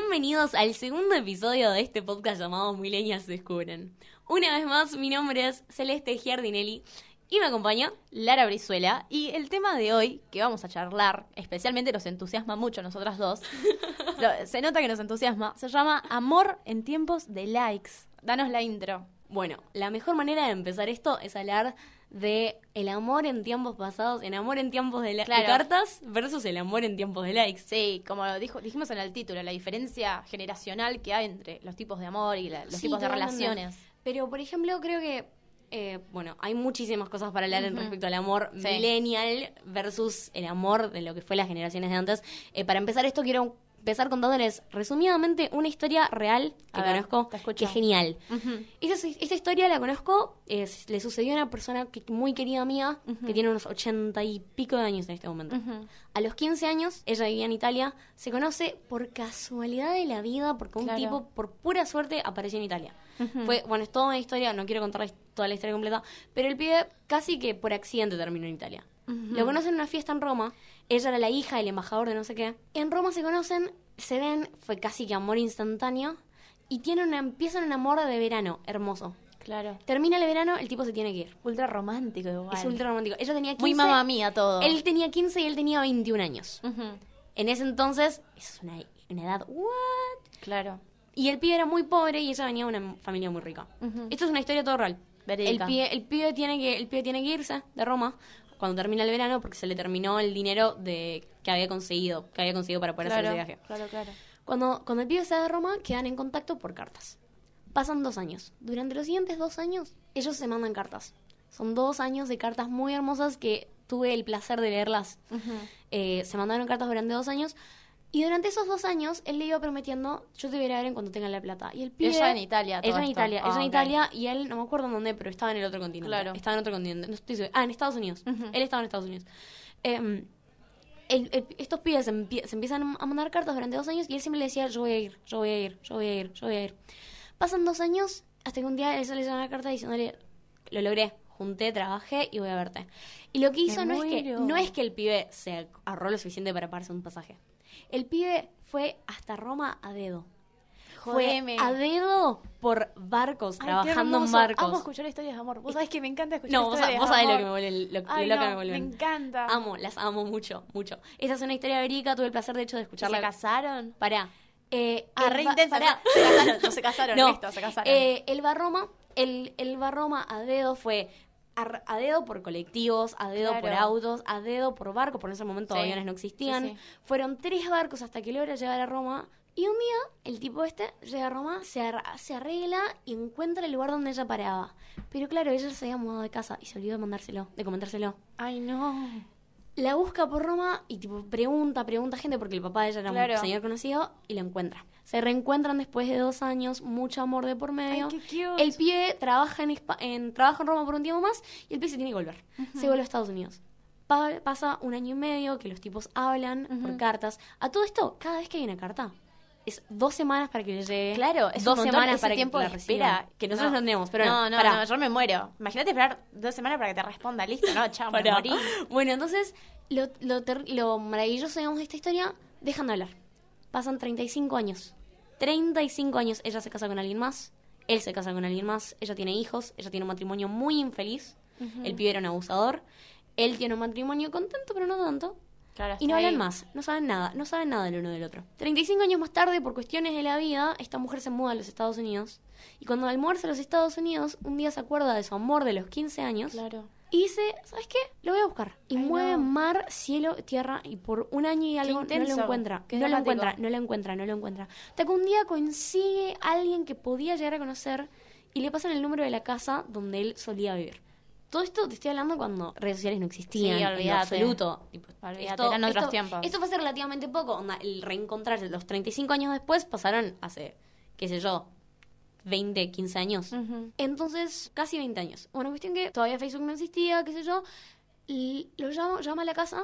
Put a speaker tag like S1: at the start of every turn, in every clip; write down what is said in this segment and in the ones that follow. S1: Bienvenidos al segundo episodio de este podcast llamado Milenias Descubren. Una vez más, mi nombre es Celeste Giardinelli y me acompaña.
S2: Lara Brizuela y el tema de hoy que vamos a charlar, especialmente nos entusiasma mucho a nosotras dos, lo- se nota que nos entusiasma, se llama Amor en tiempos de likes. Danos la intro.
S1: Bueno, la mejor manera de empezar esto es hablar de el amor en tiempos pasados, el amor en tiempos de, la- de
S2: Claro.
S1: cartas versus el amor en tiempos de likes.
S2: Sí, como lo dijo, dijimos en el título, la diferencia generacional que hay entre los tipos de amor y la- los
S1: Sí,
S2: tipos de
S1: totalmente.
S2: relaciones.
S1: Pero, por ejemplo, creo que, eh, bueno, hay muchísimas cosas para hablar en
S2: Ujú.
S1: respecto al amor
S2: Sí.
S1: millennial versus el amor de lo que fue las generaciones de antes. Eh, para empezar esto, quiero empezar contándoles resumidamente una historia real que
S2: A ver,
S1: conozco,
S2: te escucho.
S1: que es genial.
S2: Ujú.
S1: Esta, esta historia la conozco, es- le sucedió a una persona que- muy querida mía, que tiene unos ochenta y pico de años en este momento.
S2: Ujú.
S1: A los 15 años, ella vivía en Italia, se conoce por casualidad de la vida, porque un
S2: Claro.
S1: tipo, por pura suerte, apareció en Italia.
S2: Ujú.
S1: Fue, bueno, es toda una historia, no quiero contar la his- toda la historia completa, pero el pibe casi que por accidente terminó en Italia.
S2: Ujú.
S1: Lo conocen en una fiesta en Roma, ella era la hija del embajador de no sé qué. En Roma se conocen, se ven, fue casi que amor instantáneo, y tienen una, empiezan un amor de verano, hermoso.
S2: Claro.
S1: Termina el verano, el tipo se tiene que ir.
S2: Ultra romántico igual.
S1: Es ultra romántico. Ella tenía 15.
S2: Muy mamá mía todo.
S1: Él tenía 15 y él tenía 21 años.
S2: Ujú.
S1: En ese entonces, eso es una, una edad, ¿what?
S2: Claro.
S1: Y el pibe era muy pobre y ella venía de una familia muy rica.
S2: Ujú.
S1: Esto es una historia todo real. El
S2: Verídica.
S1: pibe, el, pibe tiene que, el pibe tiene que irse de Roma cuando termina el verano porque se le terminó el dinero de, que había conseguido, que había conseguido para poder hacer
S2: claro,
S1: ese viaje.
S2: claro, claro.
S1: Cuando, cuando el pibe se va de Roma, quedan en contacto por cartas. Pasan dos años. Durante los siguientes dos años, ellos se mandan cartas. Son dos años de cartas muy hermosas que tuve el placer de leerlas.
S2: Ujú.
S1: Eh, se mandaron cartas durante dos años. Y durante esos dos años, él le iba prometiendo, yo te voy a ir a ver en cuanto tenga la plata. Y el pibe...
S2: Ella en Italia, todo
S1: Ella en
S2: esto.
S1: Italia,
S2: Ah,
S1: ella en
S2: ok.
S1: Italia y él, no me acuerdo en dónde, pero estaba en el otro continente.
S2: Claro.
S1: Estaba en otro continente. No estoy segura. Ah, en Estados Unidos.
S2: Ujú.
S1: Él estaba en Estados Unidos. Em, el- el- estos pibes empie- se empiezan a mandar cartas durante dos años y él siempre le decía, yo voy a ir, yo voy a ir, yo voy a ir, yo voy a ir. Pasan dos años hasta que un día él se le lleva una carta diciéndole, lo logré, junté, trabajé y voy a verte. Y lo que hizo no es que,
S2: muero.
S1: no es que el pibe se ahorró lo suficiente para pagarse un pasaje. El pibe fue hasta Roma a dedo.
S2: Jodeme.
S1: Fue a dedo por barcos,
S2: Ay, qué
S1: trabajando en
S2: hermoso.
S1: barcos.
S2: Amo escuchar historias de amor. Vos sabés que me encanta escuchar
S1: No, vos, sab-
S2: historias de
S1: vos sabés lo que me
S2: amor.
S1: vuelve, lo, que
S2: Ay,
S1: loca
S2: no,
S1: me vuelven.
S2: encanta.
S1: Amo, las amo mucho, mucho. Esa es una historia verídica, tuve el placer de hecho de
S2: ¿Se
S1: escucharla.
S2: casaron?
S1: Pará. Eh,
S2: Ah,
S1: él
S2: re
S1: va-
S2: intensa.
S1: pará.
S2: no, Se casaron, no se casaron,
S1: No.
S2: listo, se casaron.
S1: Eh, el Barroma, el, el Barroma a dedo fue a, a dedo por colectivos, a dedo por
S2: Claro.
S1: autos, a dedo por barcos, por en ese momento
S2: Sí,
S1: aviones no existían.
S2: sí, sí.
S1: Fueron tres barcos hasta que logra llegar a Roma. Y un día, el tipo este llega a Roma, se, ar- se arregla y encuentra el lugar donde ella paraba. Pero claro, ella se había mudado de casa y se olvidó de mandárselo, de comentárselo.
S2: Ay, no.
S1: La busca por Roma y tipo pregunta, pregunta a gente porque el papá de ella era
S2: Claro.
S1: un señor conocido y la encuentra. Se reencuentran después de dos años, mucho amor de por medio.
S2: Ay, qué cute.
S1: El pibe trabaja en, Hispa- en trabaja en Roma por un tiempo más y el pibe se tiene que volver. Se vuelve a Estados Unidos. Pa- pasa un año y medio que los tipos hablan por
S2: Ujú.
S1: cartas. A todo esto, cada vez que hay una carta, es dos semanas para que le llegue.
S2: Claro, es
S1: dos
S2: un montón
S1: semanas
S2: ese
S1: para
S2: tiempo
S1: que la
S2: de
S1: reciban.
S2: espera.
S1: Que nosotros no, tenemos, pero
S2: no,
S1: bueno,
S2: no,
S1: pará.
S2: no, yo me muero. Imagínate esperar dos semanas para que te responda, listo, no, chao, me
S1: Pará.
S2: morí.
S1: Bueno, entonces, lo, lo ter- lo maravilloso, digamos, de esta historia, dejan de hablar. Pasan 35 años. 35 años, ella se casa con alguien más, él se casa con alguien más, ella tiene hijos, ella tiene un matrimonio muy infeliz,
S2: Mm.
S1: el pibe era un abusador, él tiene un matrimonio contento, pero no tanto,
S2: Claro,
S1: y no
S2: está
S1: hablan
S2: ahí.
S1: más, no saben nada, no saben nada del uno del otro. 35 años más tarde, por cuestiones de la vida, esta mujer se muda a los Estados Unidos, y cuando almuerza a los Estados Unidos, un día se acuerda de su amor de los 15 años,
S2: Claro.
S1: y dice, ¿sabes qué? Lo voy a buscar. Y
S2: Ay,
S1: mueve
S2: no.
S1: mar, cielo, tierra y por un año y algo no lo
S2: intenso.
S1: encuentra.
S2: Qué
S1: no lo
S2: dramático.
S1: encuentra, no lo encuentra, no lo encuentra. Hasta que un día consigue a alguien que podía llegar a conocer y le pasan el número de la casa donde él solía vivir. Todo esto te estoy hablando cuando redes sociales no existían
S2: Sí,
S1: en lo
S2: olvídate.
S1: absoluto. Tipo,
S2: Olvídate, eran otros tiempos.
S1: Esto fue hace relativamente poco. Onda, el reencontrarse los 35 años después pasaron hace, qué sé yo, 20, 15 años.
S2: Ujú.
S1: Entonces, casi 20 años. Una cuestión que todavía Facebook no existía, qué sé yo. L- Lo llamo, llama a la casa.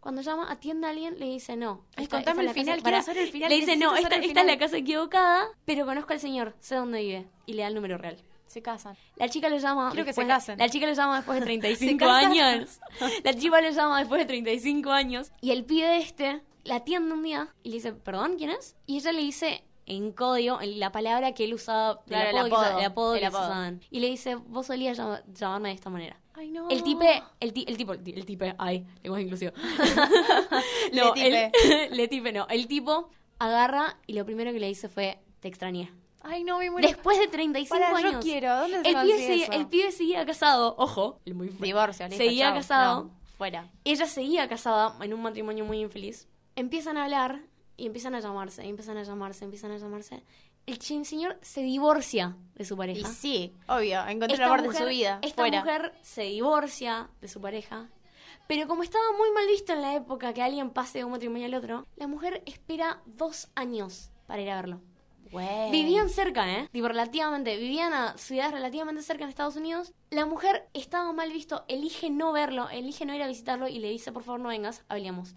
S1: Cuando llama, atiende a alguien, le dice no.
S2: Ay,
S1: esta- esta
S2: contame el
S1: es la
S2: final,
S1: casa-
S2: quiero
S1: pará.
S2: saber el final,
S1: Le dice
S2: necesito
S1: no,
S2: saber
S1: esta,
S2: el
S1: esta es la
S2: final".
S1: casa equivocada, pero conozco al señor, sé dónde vive. Y le da el número real.
S2: Se casan.
S1: La chica lo llama.
S2: Quiero que se
S1: después-
S2: casen.
S1: La chica lo llama después de
S2: Se
S1: 35
S2: casan.
S1: años. La chica lo llama después de 35 años. Y el pibe este la atiende un día y le dice, perdón, ¿quién es? Y ella le dice en código en la palabra que él usaba,
S2: Claro, el
S1: el apodo, que
S2: apodo,
S1: usa- el apodo
S2: el
S1: que se
S2: apodo.
S1: usaban. Y le dice, vos solías llama- llamarme de esta manera.
S2: Ay, no.
S1: El tipe, el, ti- el tipo, el, ti- el tipe, ay, lenguaje inclusivo.
S2: Le
S1: no,
S2: tipe.
S1: El, le tipe, no. El tipo agarra y lo primero que le dice fue, te extrañé.
S2: Ay, no, mi muero.
S1: Después de 35
S2: Pará, yo
S1: años.
S2: quiero. ¿Dónde se
S1: el, pibe
S2: consigue
S1: seguía,
S2: eso?
S1: el pibe seguía casado, ojo, el muy fuerte.
S2: Divorcio, listo,
S1: Seguía
S2: chau.
S1: casado.
S2: No, fuera.
S1: Ella seguía casada en un matrimonio muy infeliz. Empiezan a hablar y empiezan a llamarse, y empiezan a llamarse, empiezan a llamarse. El chin- señor se divorcia de su
S2: Y
S1: pareja.
S2: sí, obvio, encontró el
S1: Esta
S2: amor de
S1: mujer-
S2: su vida.
S1: Esta
S2: fuera.
S1: mujer se divorcia de su pareja. Pero como estaba muy mal visto en la época que alguien pase de un matrimonio al otro, la mujer espera dos años para ir a verlo.
S2: Güey.
S1: Vivían cerca, ¿eh? Tipo, relativamente. Vivían a ciudades relativamente cerca en Estados Unidos. La mujer estaba mal visto, elige no verlo, elige no ir a visitarlo y le dice, por favor, no vengas, hablemos.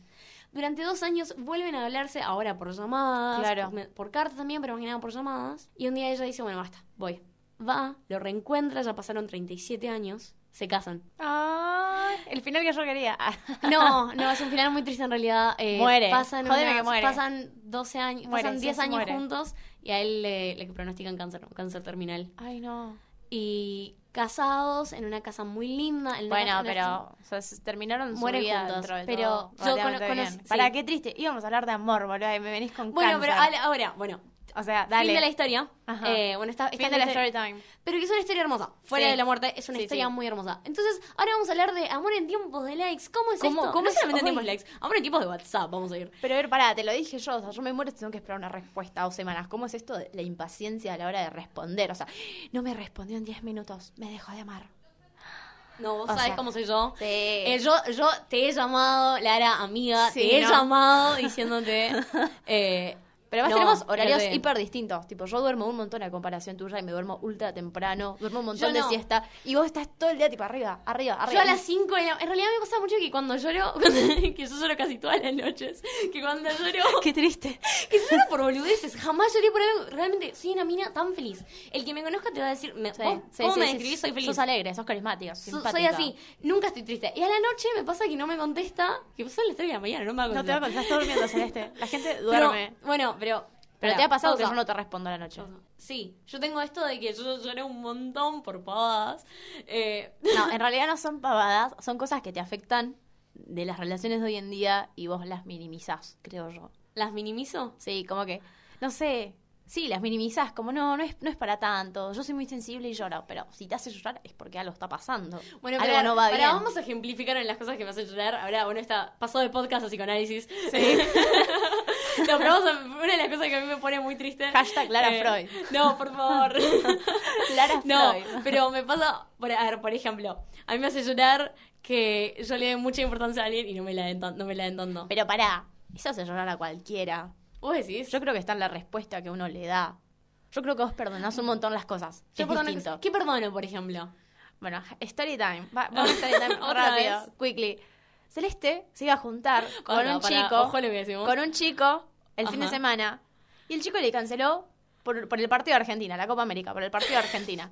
S1: Durante dos años vuelven a hablarse, ahora por llamadas,
S2: Claro.
S1: por, me- por cartas también, pero más que nada por llamadas. Y un día ella dice, bueno, basta, voy. Va, lo reencuentra, ya pasaron 37 años, se casan.
S2: Ay, el final que yo quería.
S1: No, no, es un final muy triste en realidad. Eh,
S2: Muere.
S1: Pasan,
S2: Jódeme
S1: unas-
S2: que muere.
S1: pasan 12 años,
S2: Muere,
S1: pasan
S2: sí,
S1: 10
S2: sí,
S1: años
S2: muere.
S1: juntos y a él le, le pronostican cáncer, un cáncer terminal.
S2: Ay, no.
S1: Y casados en una casa muy linda. en una
S2: Bueno,
S1: casa-
S2: pero o sea, se terminaron su
S1: Mueren
S2: vida
S1: juntos,
S2: dentro de
S1: pero
S2: todo
S1: yo cono-
S2: relativamente
S1: conocí-
S2: bien. Pará,
S1: sí.
S2: qué triste. Íbamos a hablar de amor, boludo, y me venís con
S1: Bueno,
S2: cáncer.
S1: pero ahora- ahora, bueno,
S2: O sea, dale.
S1: fin de la historia.
S2: Ajá.
S1: Eh, bueno, está, está
S2: Fin de la story time.
S1: Pero que es una historia hermosa. Fuera
S2: Sí.
S1: de la muerte, es una
S2: Sí,
S1: historia
S2: sí.
S1: muy hermosa. Entonces, ahora vamos a hablar de amor en tiempos de likes. ¿Cómo es
S2: ¿Cómo-
S1: esto?
S2: cómo
S1: no
S2: es-
S1: solamente en
S2: ay.
S1: tiempos de likes, amor en tiempos de WhatsApp, vamos a ir.
S2: Pero a ver, pará, te lo dije yo, o sea, yo me muero, tengo que esperar una respuesta dos semanas. ¿Cómo es esto de la impaciencia a la hora de responder? O sea, no me respondió en 10 minutos, me dejó de amar.
S1: No, vos
S2: O
S1: sabés
S2: sea,
S1: cómo soy yo.
S2: Sí.
S1: Eh, yo, yo te he llamado, Lara, amiga,
S2: Sí,
S1: te he
S2: ¿no?
S1: llamado diciéndote. eh,
S2: Pero además
S1: no,
S2: tenemos horarios
S1: pero te-
S2: hiper distintos. Tipo, yo duermo un montón a comparación tuya y me duermo ultra temprano, duermo un montón
S1: Yo
S2: de
S1: no.
S2: siesta. Y vos estás todo el día, tipo, arriba, arriba,
S1: Yo
S2: arriba.
S1: a las 5 de la En realidad me pasa mucho que cuando lloro, que yo lloro casi todas las noches, que cuando lloro.
S2: Qué triste.
S1: Que lloro por boludeces, jamás lloré por algo. Realmente soy una mina tan feliz. El que me conozca te va a decir, me,
S2: Sí,
S1: vos-
S2: sí,
S1: ¿cómo
S2: sí,
S1: me
S2: sí,
S1: describís? Soy feliz.
S2: Sos alegre, sos carismática, sos
S1: So-
S2: simpática.
S1: soy así, nunca estoy triste. Y a la noche me pasa que no me contesta, que son las 3 de la mañana, no me va a
S2: No te va a
S1: contestar.
S2: contestar, estás durmiendo, Celeste. La gente
S1: Pero,
S2: duerme.
S1: bueno, pero.
S2: Pero
S1: pará,
S2: te ha pasado que
S1: pausa.
S2: yo no te respondo a la noche.
S1: Sí, yo tengo esto de que yo lloré un montón por pavadas. Eh,
S2: No, en realidad no son pavadas, son cosas que te afectan de las relaciones de hoy en día y vos las minimizás, creo yo.
S1: ¿Las minimizo?
S2: Sí, como que, no sé, sí, las minimizás, como no, no es, no es para tanto, yo soy muy sensible y lloro, pero si te hace llorar es porque algo está pasando.
S1: Bueno,
S2: algo
S1: pero
S2: no va bien.
S1: vamos a ejemplificar en las cosas que me hacen llorar. Ahora, bueno, está, pasó de podcast a psicoanálisis.
S2: Sí.
S1: no, pero vamos a- una de las cosas que a mí me pone muy triste. eh,
S2: Hashtag Lara Freud.
S1: No, por favor.
S2: Lara
S1: no,
S2: Freud.
S1: pero me pasa, por, a ver, por ejemplo, a mí me hace llorar que yo le dé mucha importancia a alguien y no me la den, tan- no me la den tanto.
S2: Pero pará, eso hace llorar a cualquiera.
S1: ¿Vos decís?
S2: Yo creo que está en la respuesta que uno le da. Yo creo que vos perdonás un montón las cosas. que
S1: Yo
S2: es
S1: perdono-
S2: distinto.
S1: ¿Qué perdono, por ejemplo?
S2: Bueno, story time. Va, vamos a story time
S1: Otra
S2: rápido,
S1: vez.
S2: quickly. Celeste se iba a juntar con
S1: Pará,
S2: un
S1: pará,
S2: chico,
S1: ojo lo que decimos.
S2: con un chico el fin de
S1: Ajá.
S2: semana y el chico le canceló por, por el partido de Argentina, la Copa América, por el partido de Argentina.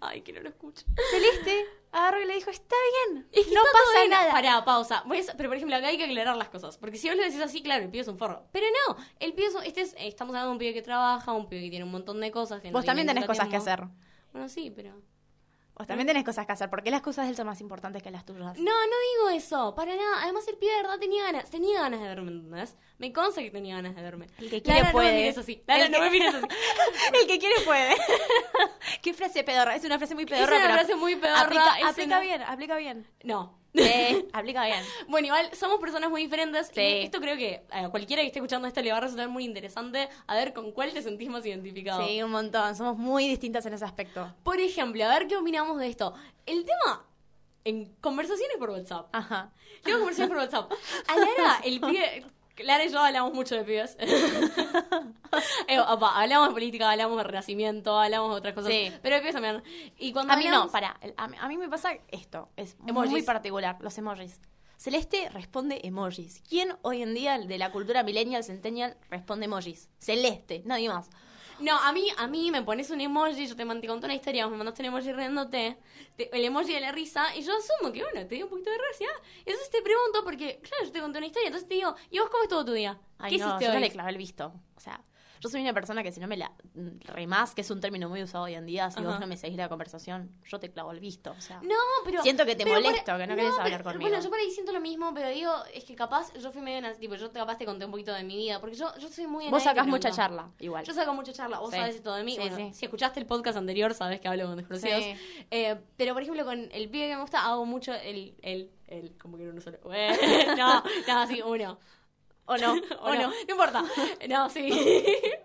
S1: Ay, que no lo escucho.
S2: Celeste agarró y le dijo, está bien,
S1: Es que
S2: no
S1: está todo
S2: pasa
S1: bien.
S2: nada.
S1: Pará, pausa. Voy a- pero por ejemplo, acá hay que aclarar las cosas. Porque si vos le decís así, claro, el pibe es un forro. Pero no, el pibe es un- este es, estamos hablando de un pibe que trabaja, un pibe que tiene un montón de cosas. Que no
S2: Vos también
S1: tiene
S2: tenés
S1: tanto
S2: cosas que
S1: tiempo.
S2: hacer.
S1: Bueno, sí, pero.
S2: Vos también tenés cosas que hacer, porque las cosas de él son más importantes que las tuyas.
S1: No, no digo eso, para nada. Además, el pibe de verdad tenía ganas, tenía ganas de verme, ¿entendés? Me consta que tenía ganas de verme.
S2: El que
S1: Lara,
S2: quiere puede.
S1: no me mires así. Lara,
S2: El
S1: no
S2: que-
S1: me mires así.
S2: El que quiere puede. Qué frase pedorra, es una frase muy pedorra.
S1: Es una
S2: pero
S1: frase muy pedorra, es
S2: Aplica, aplica
S1: una-
S2: bien, aplica bien.
S1: No.
S2: Sí, aplica bien.
S1: Bueno, igual somos personas muy diferentes.
S2: Sí.
S1: Y esto creo que a cualquiera que esté escuchando esto le va a resultar muy interesante. A ver con cuál te sentís más identificado.
S2: Sí, un montón. Somos muy distintas en ese aspecto.
S1: Por ejemplo, a ver qué opinamos de esto. El tema en conversaciones por WhatsApp.
S2: Ajá.
S1: Tengo conversaciones por WhatsApp. A Lara, el pibe. Lara y yo hablamos mucho de pibes. Eh, opa, hablamos de política, hablamos de renacimiento, hablamos de otras cosas.
S2: Sí.
S1: Pero de pibes también. Y cuando
S2: A mí no,
S1: hablamos-
S2: para. A mí, a mí me pasa esto. Es
S1: Emojis.
S2: muy particular, los emojis. Celeste responde emojis. ¿Quién hoy en día de la cultura millennial, centennial, responde emojis? Celeste, nadie más.
S1: No, a mí, a mí me pones un emoji, yo te man- te conté una historia, vos me mandaste un emoji riéndote, te- el emoji de la risa, y yo asumo que, bueno, te dio un poquito de gracia. Entonces te pregunto, porque, claro, yo te conté una historia, entonces te digo, ¿y vos cómo estuvo tu día?
S2: Ay,
S1: ¿Qué
S2: no,
S1: hiciste
S2: yo no
S1: hoy?
S2: le clavé el visto. O sea, yo soy una persona que si no me la mm, remás, que es un término muy usado hoy en día, si vos
S1: Ajá.
S2: no me seguís la conversación, yo te clavo el visto. O sea,
S1: No, pero.
S2: Siento que te
S1: pero
S2: molesto, que no querés
S1: pero-
S2: hablar conmigo.
S1: Bueno, yo por ahí siento lo mismo, pero digo, es que capaz yo fui medio. nas- Tipo, yo te- capaz te conté un poquito de mi vida, porque yo, yo soy muy.
S2: vos
S1: anal que
S2: sacás mucha
S1: pregunto.
S2: charla, igual.
S1: Yo saco mucha charla, vos
S2: Sí.
S1: sabés todo de mí.
S2: Sí,
S1: Bueno,
S2: sí.
S1: Si escuchaste el podcast anterior, sabés que hablo con desconocidos. Eh, pero, por ejemplo, con el pibe que me gusta, hago mucho el. el, el como que era uno solo. no, no, así, uno.
S2: O no,
S1: O no, no importa. No, sí.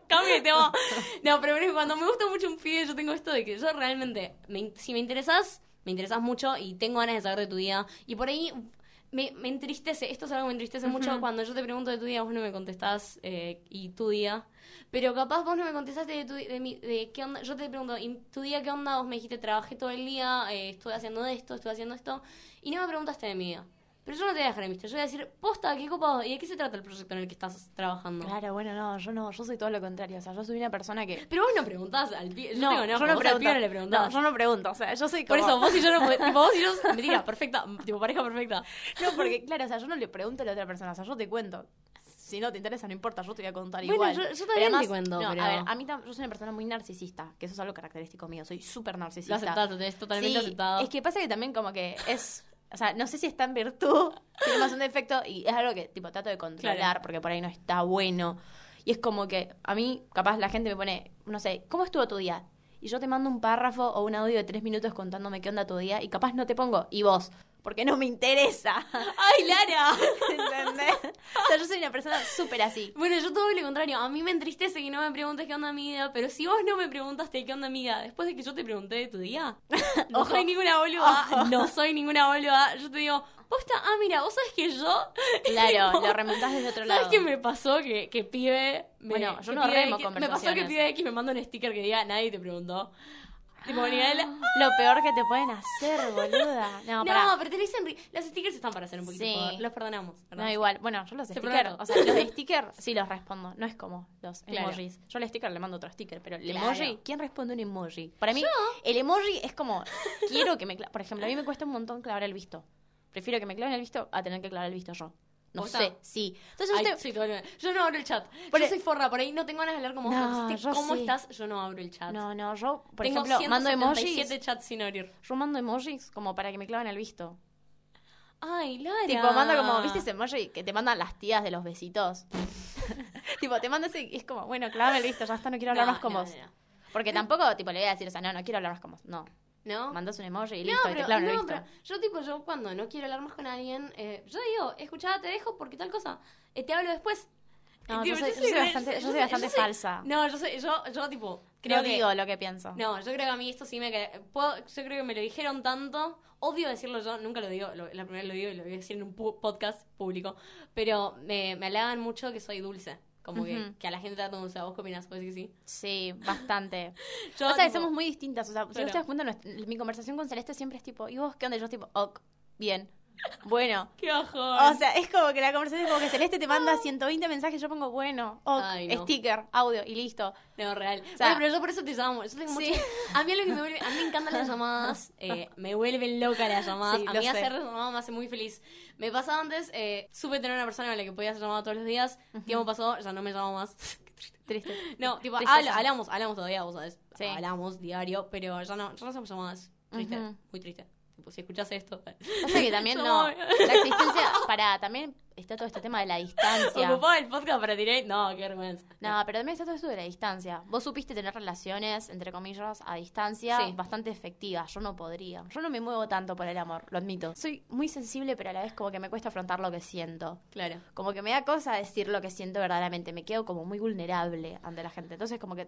S1: Cambio de tema. No, pero bueno, cuando me gusta mucho un pibe, yo tengo esto de que yo realmente, me in- si me interesas, me interesas mucho y tengo ganas de saber de tu día. Y por ahí me, me entristece, esto es algo que me entristece mucho cuando yo te pregunto de tu día, vos no me contestás eh, y tu día. Pero capaz vos no me contestaste de, tu, de, mi- de qué onda. Yo te pregunto, ¿y tu día qué onda? Vos me dijiste, trabajé todo el día, eh, estuve haciendo esto, estuve haciendo esto. Y no me preguntaste de mi día. Pero yo no te voy a dejar en visto. Yo voy a decir, posta, qué copado. ¿Y de qué se trata el proyecto en el que estás trabajando?
S2: Claro, bueno, no, yo no, yo soy todo lo contrario. O sea, yo soy una persona que.
S1: Pero vos no preguntás al pie. Yo digo, no, pero
S2: yo no
S1: vos al
S2: pregunto.
S1: pibe no le
S2: No,
S1: preguntás.
S2: yo no pregunto. O sea, yo soy
S1: Por
S2: como-
S1: eso, vos y yo no podés- tipo, vos y yo. Mentira, perfecta. Tipo, pareja perfecta.
S2: No, porque, claro, o sea, yo no le pregunto a la otra persona, o sea, yo te cuento. Si no te interesa, no importa, yo te voy a contar
S1: Bueno,
S2: igual.
S1: yo- yo también
S2: Pero
S1: te
S2: además-
S1: cuento,
S2: no,
S1: pero-
S2: A ver, a mí tam- yo soy una persona muy narcisista, que eso es algo característico mío, soy súper
S1: Lo
S2: narcisista.
S1: aceptaste, es totalmente
S2: Sí,
S1: aceptado.
S2: Es que pasa que también como que es, o sea, no sé si está en virtud, sino más un defecto y es algo que tipo trato de controlar
S1: Claro.
S2: porque por ahí no está bueno. Y es como que a mí capaz la gente me pone, no sé, ¿cómo estuvo tu día? Y yo te mando un párrafo o un audio de tres minutos contándome qué onda tu día y capaz no te pongo, y vos, porque no me interesa.
S1: ¡Ay, Lara!
S2: ¿Entendés? O sea, yo soy una persona súper así.
S1: Bueno, yo todo lo contrario. A mí me entristece que no me preguntes qué onda amiga, pero si vos no me preguntaste qué onda amiga después de que yo te pregunté de tu día, no
S2: Ojo.
S1: soy ninguna boluda,
S2: Ojo.
S1: no soy ninguna boluda. Yo te digo, posta, ah, mira, vos sabés que yo.
S2: Claro,
S1: Tipo,
S2: lo remontás desde otro
S1: ¿Sabes
S2: lado.
S1: qué me pasó? Que, que pibe. me-
S2: Bueno, yo
S1: que
S2: no
S1: pibe
S2: remo
S1: X- Me pasó que
S2: conversaciones.
S1: pibe X me manda un sticker que diga, nadie te preguntó. Tipo, ni a él-
S2: Lo peor que te pueden hacer, boluda. No,
S1: No,
S2: pará.
S1: pero te lo dicen. ri- Los stickers están para hacer un poquito.
S2: Sí.
S1: por- Los perdonamos.
S2: No,
S1: perdonamos.
S2: igual. Bueno, yo los
S1: Se
S2: stickers,
S1: perdonó.
S2: o sea, los stickers sí los respondo. No es como los
S1: Claro.
S2: emojis. Yo el sticker le mando otro sticker, pero el
S1: Claro.
S2: emoji, ¿quién responde un emoji? Para mí,
S1: Yo.
S2: el emoji es como, quiero que me cla- Por ejemplo, a mí me cuesta un montón clavar el visto. Prefiero que me claven el visto a tener que clavar el visto yo. No
S1: ¿Posta?
S2: sé, sí. Entonces
S1: Ay,
S2: usted...
S1: sí, todo bien. yo no abro el chat.
S2: Por
S1: yo
S2: e-
S1: soy forra, por ahí no tengo ganas de hablar como vos.
S2: No,
S1: me dijiste,
S2: yo
S1: ¿Cómo
S2: sí.
S1: estás? Yo no abro el chat.
S2: No, no, yo, por
S1: tengo
S2: ejemplo, mando emojis.
S1: 177 chats sin abrir.
S2: Yo mando emojis como para que me claven el visto.
S1: Ay, Lara.
S2: Tipo, manda como, ¿viste ese emoji que te mandan las tías de los besitos? tipo, te manda ese y es como, bueno, clávame el visto, ya está, no quiero hablar
S1: No,
S2: más con
S1: no,
S2: vos.
S1: no,
S2: Porque tampoco, tipo, le voy a decir, o sea, no, no quiero hablar más con vos. No,
S1: ¿No?
S2: mandas un emoji y
S1: No,
S2: listo, y te
S1: pero,
S2: clavan el
S1: no,
S2: visto.
S1: pero yo tipo, yo cuando no quiero hablar más con alguien, eh, yo digo, escuchá, te dejo porque tal cosa, eh, te hablo después.
S2: No,
S1: Y, tipo,
S2: yo soy- yo soy
S1: una-
S2: bastante- yo soy bastante falsa.
S1: No, yo soy, yo, yo tipo, creo
S2: Creo
S1: que...
S2: digo lo que pienso.
S1: No, yo creo que a mí esto sí me... que- puedo- yo creo que me lo dijeron tanto, odio decirlo yo, nunca lo digo, lo- la primera vez lo digo y lo voy a decir en un pu- podcast público, pero me, me halagan mucho que soy dulce, como que-
S2: Ujú.
S1: que, a la gente trata dulce, ¿a vos qué opinás? Puede que sí.
S2: Sí, bastante.
S1: Yo,
S2: o sea,
S1: tipo,
S2: somos muy distintas. O sea, si
S1: Claro.
S2: vos te das cuenta, nuestra- mi conversación con Celeste siempre es tipo, ¿y vos qué onda? Y yo tipo, ok, bien. Bueno.
S1: ¡Qué ojo!
S2: O sea, es como que la conversación es como que Celeste te manda 120 mensajes, yo pongo, bueno, ok,
S1: Ay, no.
S2: sticker, audio y listo.
S1: No, real.
S2: sea-
S1: Bueno, pero yo por eso te llamo. Yo tengo
S2: Sí.
S1: mucho- A mí lo que me vuelve... A mí me encantan las llamadas. eh, me vuelven loca las llamadas.
S2: Sí,
S1: a
S2: lo
S1: mí
S2: sé.
S1: hacer llamadas me hace muy feliz. Me pasaba antes, eh, supe tener una persona con la que podía hacer llamada todos los días. Tiempo pasó, ya no me llamo más. Qué triste.
S2: Triste.
S1: No, tipo,
S2: Tristeza.
S1: habla- hablamos, hablamos todavía, vos sabés.
S2: Sí.
S1: Hablamos diario, pero ya no, ya no hacemos llamadas. Triste,
S2: Ujú.
S1: muy triste. Tipo, si escuchás esto...
S2: Pasa que también no. La existencia, para, también está todo este tema de la distancia.
S1: Ocupaba el podcast para tirar... No, qué vergüenza.
S2: No, pero también está todo esto de la distancia. Vos supiste tener relaciones, entre comillas, a distancia
S1: Sí.
S2: bastante efectivas. Yo no podría. Yo no me muevo tanto por el amor, lo admito. Soy muy sensible, pero a la vez como que me cuesta afrontar lo que siento.
S1: Claro.
S2: Como que me da cosa decir lo que siento verdaderamente. Me quedo como muy vulnerable ante la gente. Entonces como que,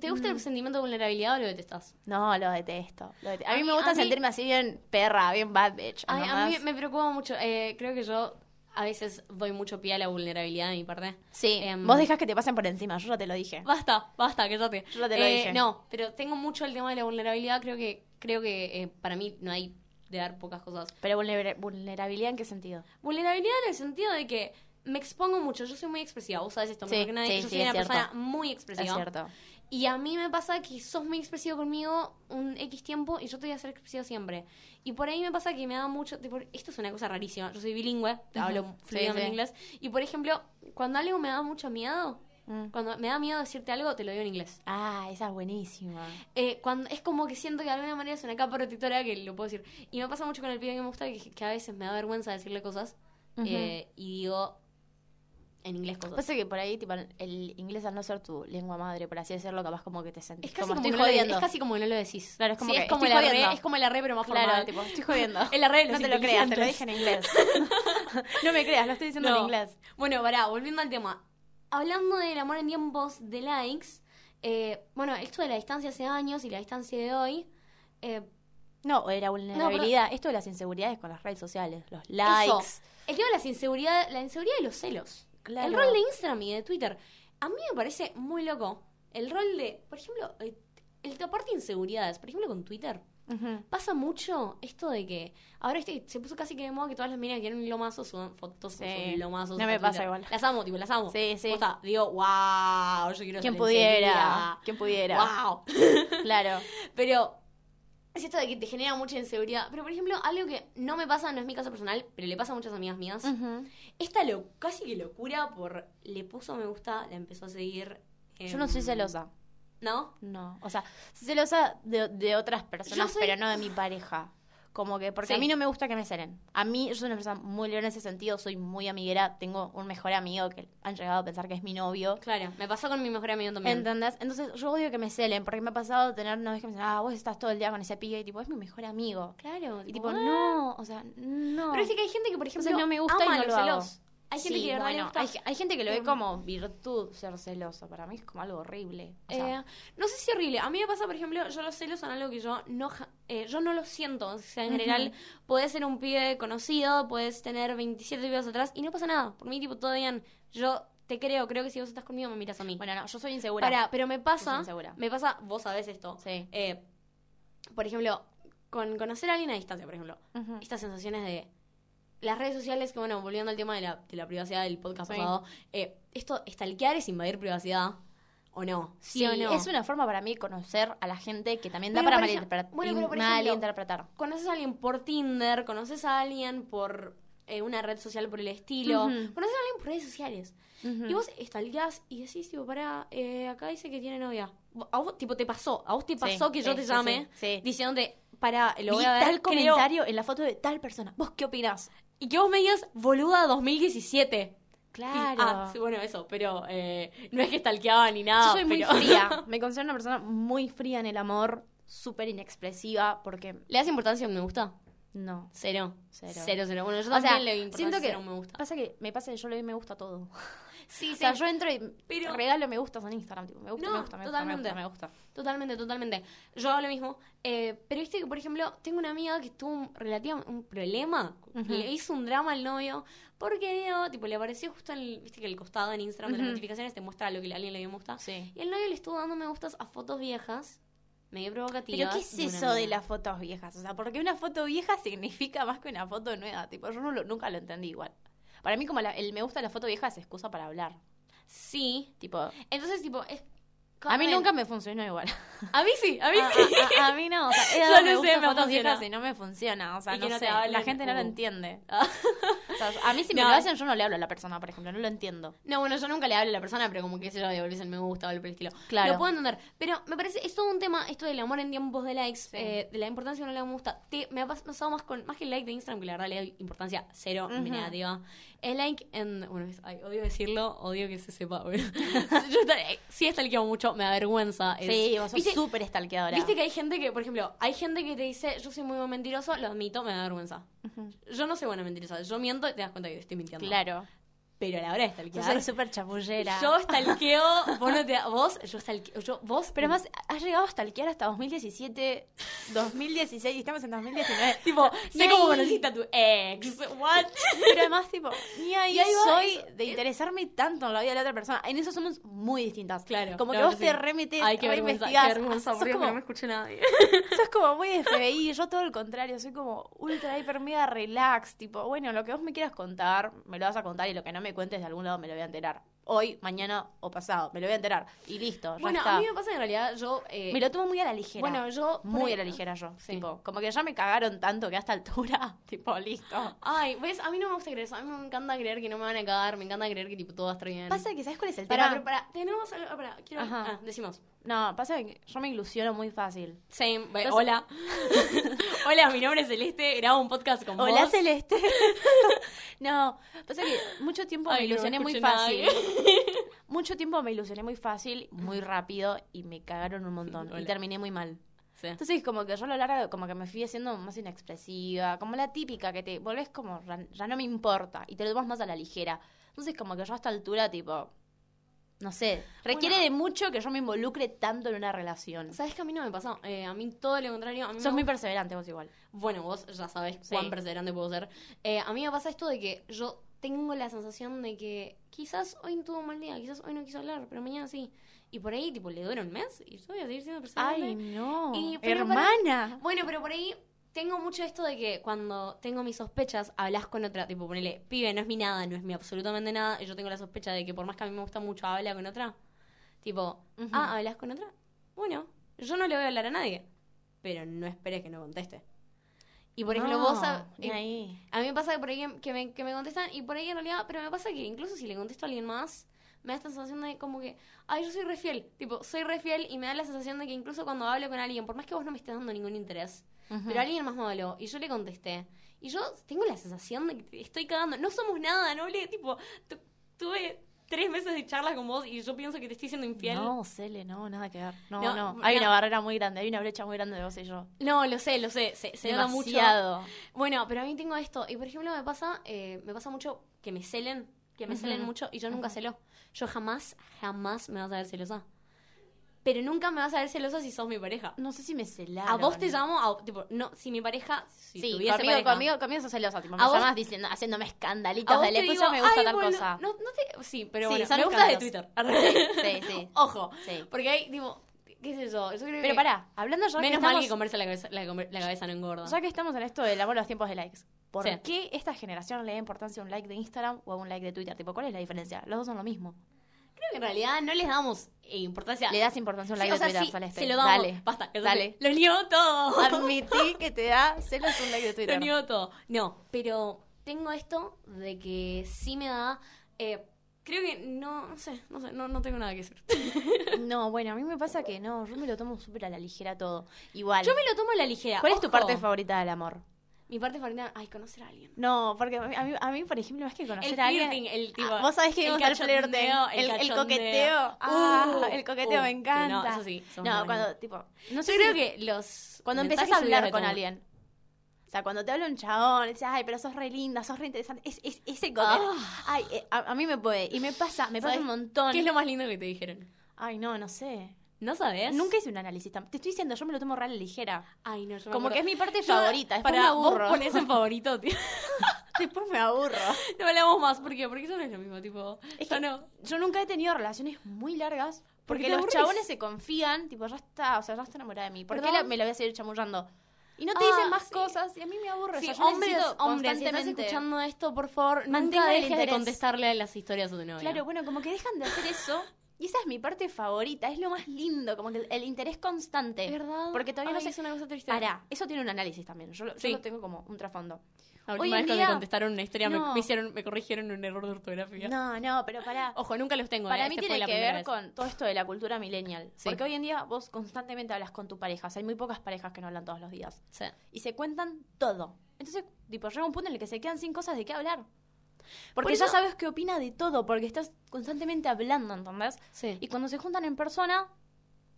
S1: ¿Te gusta el sentimiento de vulnerabilidad o lo detestás?
S2: no, lo detesto. lo detesto. A,
S1: A
S2: mí,
S1: mí-
S2: me gusta
S1: a mí-
S2: sentirme así bien perra, bien bad bitch.
S1: Ay, a
S2: ¿entendés?
S1: mí me preocupa mucho. Eh, creo que yo a veces doy mucho pie a la vulnerabilidad de mi parte.
S2: Sí,
S1: Em,
S2: vos dejás que te pasen por encima, yo ya te lo dije.
S1: Basta, basta, cállate.
S2: Yo ya te lo
S1: Eh,
S2: dije.
S1: No, pero tengo mucho el tema de la vulnerabilidad. Creo que creo que eh, para mí no hay de dar pocas cosas.
S2: Pero vulnera- vulnerabilidad en qué sentido?
S1: Vulnerabilidad en el sentido de que me expongo mucho, yo soy muy expresiva, vos sabés esto,
S2: Sí,
S1: mejor que nadie,
S2: sí,
S1: yo
S2: sí,
S1: soy
S2: es
S1: una
S2: cierto.
S1: persona muy
S2: Es
S1: expresiva.
S2: cierto.
S1: Y a mí me pasa que sos muy expresivo conmigo un X tiempo y yo te voy a ser expresivo siempre. Y por ahí me pasa que me da mucho. tipo, esto es una cosa rarísima. Yo soy bilingüe, hablo
S2: Sí,
S1: fluidamente
S2: sí.
S1: inglés. Y por ejemplo, cuando algo me da mucho miedo,
S2: Mm.
S1: cuando me da miedo decirte algo, te lo digo en inglés.
S2: Ah, esa es buenísima.
S1: Eh, cuando, es como que siento que de alguna manera es una capa protectora que lo puedo decir. Y me pasa mucho con el pibe que me gusta que, que a veces me da vergüenza decirle cosas.
S2: Ujú.
S1: eh, y digo en inglés cosas.
S2: Pasa que por ahí, tipo, el inglés al no ser tu lengua madre, por así decirlo, capaz como que te sentís
S1: es casi como,
S2: estoy
S1: que no lo-
S2: jodiendo.
S1: es casi como que no lo decís.
S2: Claro, es como
S1: Sí,
S2: que
S1: es como
S2: estoy
S1: la re,
S2: jodiendo.
S1: es como la re pero más
S2: Claro,
S1: formal.
S2: tipo, estoy jodiendo.
S1: El arreglo de
S2: no
S1: los
S2: te lo creas, te lo
S1: inteligentes.
S2: dije en inglés. no me creas, lo estoy diciendo en
S1: No.
S2: inglés.
S1: Bueno, pará, volviendo al tema. Hablando del amor en tiempos de likes, eh, bueno, esto de la distancia hace años y la distancia de hoy, eh,
S2: No, o de la vulnerabilidad. Esto de las inseguridades con las redes sociales, los likes.
S1: eso. El tema de las inseguridades, la inseguridad de los celos.
S2: Claro.
S1: El rol de Instagram y de Twitter. A mí me parece muy loco. El rol de, por ejemplo, eh, el taparte inseguridades, por ejemplo, con Twitter.
S2: Ujú.
S1: Pasa mucho esto de que ahora este, se puso casi que de moda que todas las minas que quieren un lomazo suban fotos con
S2: Sí.
S1: sus lomazos.
S2: No
S1: a
S2: me pasa
S1: Twitter.
S2: igual.
S1: Las amo, tipo, las amo.
S2: Sí, sí.
S1: Posta, digo, wow, yo quiero
S2: Quien
S1: ser
S2: pudiera. Quien
S1: enseguida.
S2: pudiera.
S1: Wow.
S2: Claro.
S1: Pero es esto de que te genera mucha inseguridad. Pero, por ejemplo, algo que no me pasa, no es mi caso personal, pero le pasa a muchas amigas mías.
S2: Ujú.
S1: Esta lo, casi que locura por le puso me gusta, la empezó a seguir.
S2: Yo
S1: em,
S2: no soy celosa.
S1: ¿No?
S2: No. O sea, soy celosa de, de otras personas,
S1: soy-
S2: pero no de mi pareja. Como que, porque
S1: Sí.
S2: a mí no me gusta que me celen. A mí, yo soy una persona muy leona en ese sentido, soy muy amiguera. Tengo un mejor amigo que han llegado a pensar que es mi novio.
S1: Claro, me pasó con mi mejor amigo también.
S2: ¿Entendés? Entonces yo odio que me celen, porque me ha pasado tener una vez que me dicen, ah, vos estás todo el día con ese pibe, y tipo, es mi mejor amigo.
S1: claro,
S2: Y tipo,
S1: ah.
S2: no, o sea, no.
S1: Pero es que hay gente que, por ejemplo,
S2: Entonces no me gusta
S1: ama
S2: y no
S1: los
S2: lo hago.
S1: celos. Hay gente
S2: Sí,
S1: que de verdad le
S2: bueno,
S1: gusta.
S2: Hay, hay gente que lo ve
S1: Mm.
S2: como virtud ser celoso. Para mí es como algo horrible. O sea,
S1: Eh, no sé si horrible. A mí me pasa, por ejemplo, yo los celos son algo que yo no, ja- eh, yo no lo siento. O sea, en
S2: Ujú.
S1: general, puedes ser un pibe conocido, puedes tener 27 pibes atrás y no pasa nada. Por mí, tipo, todo bien. Yo te creo, creo que si vos estás conmigo me miras a mí.
S2: bueno, no, yo soy insegura.
S1: Pará, pero me
S2: Yo soy
S1: Eh, pasa,
S2: insegura.
S1: me pasa, vos sabés esto.
S2: Sí.
S1: Eh, por ejemplo, con conocer a alguien a distancia, por ejemplo, estas sensaciones de las redes sociales, que bueno, volviendo al tema de la, de la privacidad del podcast
S2: Sí.
S1: pasado, eh, esto, stalkear es invadir privacidad. ¿O no? ¿Sí, o no?
S2: es una forma para mí de conocer a la gente que también da
S1: Bueno,
S2: para
S1: por ejem-
S2: malinterpre-
S1: bueno, pero por
S2: in-
S1: ejemplo-
S2: malinterpretar.
S1: conoces a alguien por Tinder, conoces a alguien por eh, una red social por el estilo,
S2: Ujú.
S1: conoces a alguien por redes sociales. Y vos estalqueás y decís, tipo, pará, eh, acá dice que tiene novia. A vos, tipo, te pasó, a vos te pasó
S2: Sí,
S1: que yo
S2: sí,
S1: te
S2: sí,
S1: llame
S2: sí, sí.
S1: diciéndote, pará, lo voy
S2: Vi
S1: a ver.
S2: tal
S1: creo".
S2: comentario en la foto de tal persona. ¿Vos qué opinás?
S1: Y que vos me digas, boluda 2017. Y-
S2: Claro.
S1: ah, sí, bueno, eso, pero eh, no es que stalkeaba ni nada.
S2: Yo soy muy
S1: pero-
S2: fría. Me considero una persona muy fría en el amor, súper inexpresiva, porque
S1: ¿Le das importancia a un me gusta?
S2: no.
S1: Cero.
S2: Cero.
S1: Cero, cero. Bueno, yo
S2: O
S1: también
S2: sea,
S1: le doy importancia
S2: siento que
S1: a un me gusta.
S2: pasa que me pasa que yo le doy me gusta a todo.
S1: Sí,
S2: O sea, yo entro y
S1: Pero-
S2: regalo me gustas en Instagram, tipo, me gusta,
S1: No,
S2: me gusta, me gusta, me
S1: totalmente.
S2: gusta, me gusta.
S1: Totalmente, totalmente. Yo hago lo mismo. Eh, pero viste que, por ejemplo, tengo una amiga que tuvo un, relativa- un problema.
S2: Ujú.
S1: Le hizo un drama al novio porque dio, tipo, le apareció justo en el, viste que el costado en Instagram de las
S2: Ujú.
S1: notificaciones te muestra lo que alguien le dio me gusta.
S2: Sí.
S1: Y el novio le estuvo dando me gustas a fotos viejas, medio
S2: Pero
S1: provocativas.
S2: ¿qué es
S1: de una
S2: eso de
S1: mina.
S2: las fotos viejas? O sea, porque una foto vieja significa más que una foto nueva. Tipo, yo no lo- nunca lo entendí igual. Para mí como la- el me gusta a la foto vieja es excusa para hablar.
S1: Sí.
S2: Tipo, a
S1: Entonces, tipo, es.
S2: mí
S1: Carmen,
S2: nunca me funcionó igual.
S1: A mí sí, a mí
S2: A-
S1: sí.
S2: A, a- a mí no, o sea, he
S1: Yo
S2: dado
S1: lo
S2: me
S1: sé,
S2: gusta a
S1: me
S2: fotos
S1: funciona.
S2: viejas y no me funciona, o sea,
S1: Y
S2: no,
S1: que no te
S2: sé, la
S1: hablen,
S2: gente no lo
S1: uh.
S2: entiende. O sea, yo- a mí si me
S1: No,
S2: lo
S1: es-
S2: hacen yo no le hablo a la persona, por ejemplo, no lo entiendo.
S1: No, bueno, yo nunca le hablo a la persona, pero como que se yo devolvés el me gusta o algo por el estilo.
S2: Claro.
S1: Lo puedo entender. Pero me parece, es todo un tema, esto del amor en tiempos de likes,
S2: Sí.
S1: eh, de la importancia o no le me gusta. Te- me ha pas- pasado más con más que el like de Instagram, que la verdad le doy importancia cero
S2: Ujú.
S1: negativa. El like en. Bueno, es- ay, odio decirlo, odio que se sepa. Bueno. yo ta- eh, sí stalkeo mucho, me da vergüenza. es-
S2: sí, vos sos
S1: ¿Viste,
S2: súper estalqueadora.
S1: viste que hay gente que, por ejemplo, hay gente que te dice, yo soy muy buen mentiroso, lo admito, me da vergüenza.
S2: Ujú.
S1: Yo no soy buena mentirosa, yo miento y te das cuenta que te estoy mintiendo.
S2: Claro.
S1: Pero a la hora de
S2: Yo
S1: stalkear.
S2: soy súper chapullera.
S1: Yo stalkeo, vos no te vos, yo stalkeo, yo, vos,
S2: Pero más, has llegado a stalkear hasta 2017, 2016 y estamos en 2019.
S1: tipo, sé
S2: Ni
S1: cómo
S2: ahí-
S1: conociste a tu ex, what?
S2: Pero además, tipo, ni ahí
S1: Y ahí va
S2: soy
S1: eso,
S2: de
S1: es-
S2: interesarme tanto en la vida de la otra persona. En eso somos muy distintas.
S1: Claro.
S2: Como que
S1: No,
S2: vos
S1: sí.
S2: te remetes,
S1: Ay, qué vergüenza, qué
S2: reinvestigás.
S1: vergüenza,
S2: sos,
S1: por Dios, que no me
S2: como,
S1: escuche nadie.
S2: sos como muy de FBI, yo todo el contrario. Soy como ultra, hiper, mega relax. Tipo, bueno, lo que vos me quieras contar, me lo vas a contar y lo que no me me cuentes de algún lado, me lo voy a enterar. Hoy, mañana o pasado, me lo voy a enterar. Y listo, ya
S1: Bueno,
S2: está.
S1: a mí me pasa que en realidad yo... eh,
S2: Me lo tomo muy a la ligera.
S1: bueno, yo...
S2: muy
S1: por-
S2: a la ligera yo.
S1: Sí.
S2: Tipo, como que ya me cagaron tanto que a esta altura, tipo, listo.
S1: Ay, ¿ves? A mí no me gusta creer eso. A mí me encanta creer que no me van a cagar. Me encanta creer que tipo todo va a estar bien.
S2: Pasa que, ¿sabes cuál es el
S1: Pará,
S2: tema?
S1: pero pará. Tenemos algo... Pará, quiero...
S2: Ajá.
S1: Ah, decimos.
S2: No, pasa que yo me ilusiono muy fácil.
S1: Same. Ve-
S2: Entonces-
S1: hola. hola, mi nombre es Celeste. Grabo un podcast con vos.
S2: Hola Celeste. no, pasa que mucho tiempo
S1: Ay,
S2: me
S1: no
S2: ilusioné muy
S1: escuché
S2: fácil.
S1: nadie.
S2: Mucho tiempo me ilusioné muy fácil, muy rápido y me cagaron un montón y
S1: Hola.
S2: terminé muy mal.
S1: Sí.
S2: Entonces como que yo a lo largo como que me fui haciendo más inexpresiva, como la típica que te volvés como ya, ya no me importa y te lo tomas más a la ligera. Entonces como que yo a esta altura tipo no sé, requiere
S1: Bueno.
S2: de mucho que yo me involucre tanto en una relación.
S1: ¿Sabes que a mí no me pasó? Eh, a mí todo lo contrario. A mí
S2: Sos
S1: me
S2: muy perseverante vos igual.
S1: Bueno, vos ya sabés
S2: Sí.
S1: cuán perseverante puedo ser. Eh, a mí me pasa esto de que yo tengo la sensación de que quizás hoy tuvo un mal día, quizás hoy no quiso hablar, pero mañana sí. Y por ahí, tipo, le dura un mes y yo voy a seguir siendo perseverante.
S2: Ay, no.
S1: Y- pero para-
S2: Hermana.
S1: Bueno, pero por ahí tengo mucho esto de que cuando tengo mis sospechas, hablas con otra, tipo, ponele, pibe, no es mi nada, no es mi absolutamente nada, y yo tengo la sospecha de que por más que a mí me gusta mucho, habla con otra. Tipo,
S2: Ujú.
S1: ah, ¿hablas con otra? Bueno, yo no le voy a hablar a nadie, pero no esperes que no conteste. Y por ejemplo,
S2: No,
S1: vos... sab-
S2: ni
S1: y-
S2: ahí.
S1: a mí me pasa que por ahí que me, que me contestan y por ahí en realidad, pero me pasa que incluso si le contesto a alguien más, me da esta sensación de como que, ay, yo soy re fiel, tipo, soy re fiel y me da la sensación de que incluso cuando hablo con alguien, por más que vos no me estés dando ningún interés,
S2: eh,
S1: pero alguien más me habló y yo le contesté y yo tengo la sensación de que te estoy cagando, no somos nada, no hablé, tipo, tu- tuve tres meses de charlas con vos y yo pienso que te estoy siendo infiel.
S2: No, Cele, no, nada que ver. No, no.
S1: No,
S2: Hay
S1: no.
S2: una barrera muy grande, hay una brecha muy grande de vos y yo.
S1: No, lo sé, lo sé, se, se nota mucho.
S2: Demasiado.
S1: Bueno, pero a mí tengo esto. Y por ejemplo, me pasa, eh, me pasa mucho que me celen, que me celen
S2: Ujú.
S1: mucho, y yo nunca
S2: Ujú.
S1: celo. Yo jamás, jamás me vas a ver celosa. Pero nunca me vas a ver celosa si sos mi pareja.
S2: No sé si me celaron.
S1: A vos te llamo, a- tipo, no, si mi pareja, si
S2: Sí,
S1: tuviese
S2: conmigo,
S1: pareja,
S2: conmigo, conmigo sos celosa. Tipo, me
S1: A vos-
S2: llamás diciendo, haciéndome
S1: a
S2: escandalitos
S1: vos
S2: de
S1: te
S2: le
S1: digo,
S2: escucha, me gusta
S1: "Ay,
S2: tal
S1: boludo",
S2: cosa.
S1: No, no te, sí, pero
S2: Sí,
S1: bueno,
S2: son
S1: me gusta de
S2: escándalos.
S1: Twitter.
S2: Sí, sí.
S1: Ojo,
S2: Sí.
S1: porque hay, tipo, qué sé yo, yo creo que-
S2: Pero pará, hablando ya
S1: menos
S2: que
S1: mal
S2: estamos,
S1: que comerse la cabeza, la, comer- la cabeza no engorda.
S2: ya que estamos en esto del amor a los tiempos de likes. ¿Por
S1: Sí.
S2: qué esta generación le da importancia a un like de Instagram o a un like de Twitter? Tipo, ¿cuál es la diferencia? Los dos son lo mismo.
S1: Creo que en realidad no les damos eh, importancia.
S2: Le das importancia a un
S1: Sí,
S2: like
S1: o sea,
S2: de Twitter,
S1: sí,
S2: Celeste.
S1: se lo damos.
S2: Dale.
S1: Basta, que
S2: Dale. Ah,
S1: Lo niego todo.
S2: Admití que te da celos un like de
S1: lo
S2: Twitter.
S1: niego todo. No, pero tengo esto de que sí me da. eh, creo que no, no sé, no sé, no, no tengo nada que decir.
S2: No, bueno, a mí me pasa que no, yo me lo tomo súper a la ligera todo. Igual.
S1: Yo me lo tomo a la ligera.
S2: ¿Cuál es tu
S1: ojo.
S2: parte favorita del amor?
S1: Mi parte favorita, ay, conocer a alguien.
S2: No, porque a mí, a mí, a mí, por ejemplo, más que conocer
S1: El
S2: a alguien.
S1: flirting, el tipo.
S2: Ah, Vos sabés que me
S1: el
S2: gusta el flirting,
S1: cachondeo,
S2: el, el
S1: cachondeo.
S2: coqueteo.
S1: Uh,
S2: Ah, el coqueteo
S1: uh,
S2: me
S1: que
S2: encanta.
S1: No, eso sí. somos
S2: No,
S1: muy
S2: cuando,
S1: buenos.
S2: tipo,
S1: Yo
S2: no sé
S1: creo
S2: si-
S1: que los.
S2: cuando empezás
S1: mensajes
S2: a hablar
S1: subidos
S2: con
S1: de
S2: alguien. O sea, cuando te habla un chabón, le dices, ay, pero sos re linda, sos re interesante. Es, es- ese coqueteo. Ay, eh, a, a mí me puede. Y me pasa, me pasa
S1: Ah. ¿Sabés
S2: un montón.
S1: ¿Qué es lo más lindo que te dijeron?
S2: Ay, no, no sé.
S1: ¿No sabes?
S2: Nunca hice un análisis tan... Te estoy diciendo, yo me lo tomo re a la ligera.
S1: Ay, no, yo me
S2: Como
S1: acuerdo.
S2: que es mi parte
S1: Yo-
S2: favorita. Después
S1: pará,
S2: me aburro.
S1: Vos ponés en favorito, tío.
S2: Después me aburro.
S1: No hablamos más, ¿por qué? Porque eso no es lo mismo, tipo.
S2: Es
S1: yo
S2: que-
S1: no.
S2: Yo nunca he tenido relaciones muy largas
S1: Porque
S2: porque
S1: te
S2: los
S1: aburrís.
S2: chabones se confían, tipo, ya está, o sea, ya está enamorada de mí. ¿Por qué
S1: ¿Perdón?
S2: la- me la voy a seguir chamullando? Y no te
S1: Ah,
S2: dicen más
S1: sí.
S2: cosas y a mí me aburre.
S1: Sí,
S2: o sea, yo
S1: hombres,
S2: necesito
S1: hombres, si estás
S2: constantemente-
S1: escuchando esto, por favor,
S2: Mantengan
S1: nunca
S2: el
S1: dejes de
S2: interés.
S1: contestarle a las historias a tu novia.
S2: Claro, bueno, como que dejan de hacer eso. Y esa es mi parte favorita, es lo más lindo, como que el, el interés constante.
S1: es verdad.
S2: Porque todavía no
S1: Ay,
S2: sé-
S1: es una cosa triste.
S2: Pará, eso tiene un análisis también. Yo, lo- yo
S1: Sí.
S2: lo tengo como un trasfondo.
S1: La
S2: Hoy
S1: última
S2: en
S1: vez que
S2: día-
S1: me contestaron una historia, me-
S2: No.
S1: me, hicieron, me corrigieron un error de ortografía.
S2: No, no, pero pará.
S1: Ojo, nunca los tengo.
S2: Para
S1: eh,
S2: mí
S1: este fue
S2: tiene
S1: la
S2: que
S1: primera vez.
S2: ver con todo esto de la cultura millennial.
S1: Sí.
S2: Porque hoy en día vos constantemente hablas con tu pareja. O sea, hay muy pocas parejas que no hablan todos los días.
S1: Sí.
S2: Y se cuentan todo. Entonces, tipo, llega un punto en el que se quedan sin cosas de qué hablar. Porque
S1: Por
S2: ya
S1: eso-
S2: sabes qué opina de todo, porque estás constantemente hablando, ¿entendés?
S1: Sí.
S2: Y cuando se juntan en persona,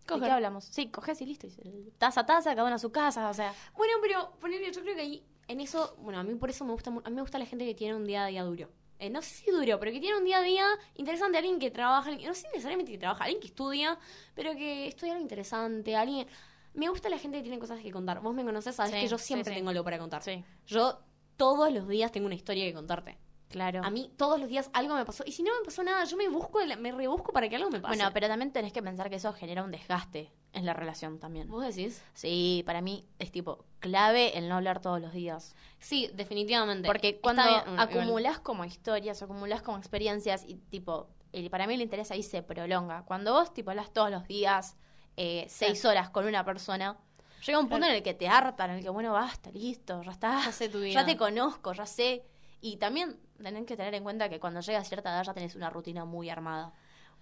S2: ¿de
S1: Coger.
S2: qué hablamos? Sí, coges y listo. Y se- taza a taza, cada uno a su casa, o sea.
S1: Bueno, pero ponerle, yo creo que ahí, en eso, bueno, a mí por eso me gusta, mu- a mí me gusta la gente que tiene un día a día duro. Eh, no sé si duro, pero que tiene un día a día interesante, alguien que trabaja, alguien- no sé si necesariamente que trabaja, alguien que estudia, pero que estudia algo interesante, alguien... Me gusta la gente que tiene cosas que contar. Vos me conocés, sabés
S2: Sí,
S1: que yo
S2: sí,
S1: siempre
S2: sí.
S1: tengo algo para contar.
S2: Sí.
S1: Yo todos los días tengo una historia que contarte.
S2: Claro.
S1: A mí todos los días algo me pasó. Y si no me pasó nada, yo me busco, me rebusco para que algo me pase.
S2: bueno, pero también tenés que pensar que eso genera un desgaste en la relación también.
S1: ¿Vos decís?
S2: Sí, para mí es tipo clave el no hablar todos los días.
S1: Sí, definitivamente.
S2: Porque
S1: Está
S2: cuando
S1: bien, mm, bueno,
S2: acumulas como historias, acumulas como experiencias y tipo, el- para mí el interés ahí se prolonga. Cuando vos tipo hablas todos los días, eh, seis horas con una persona, llega un punto
S1: Claro.
S2: en el que te hartan, en el que bueno, basta, listo, ya está.
S1: Ya sé tu vida.
S2: Ya te conozco, ya sé. Y también tenés que tener en cuenta que cuando llegas a cierta edad ya tenés una rutina muy armada.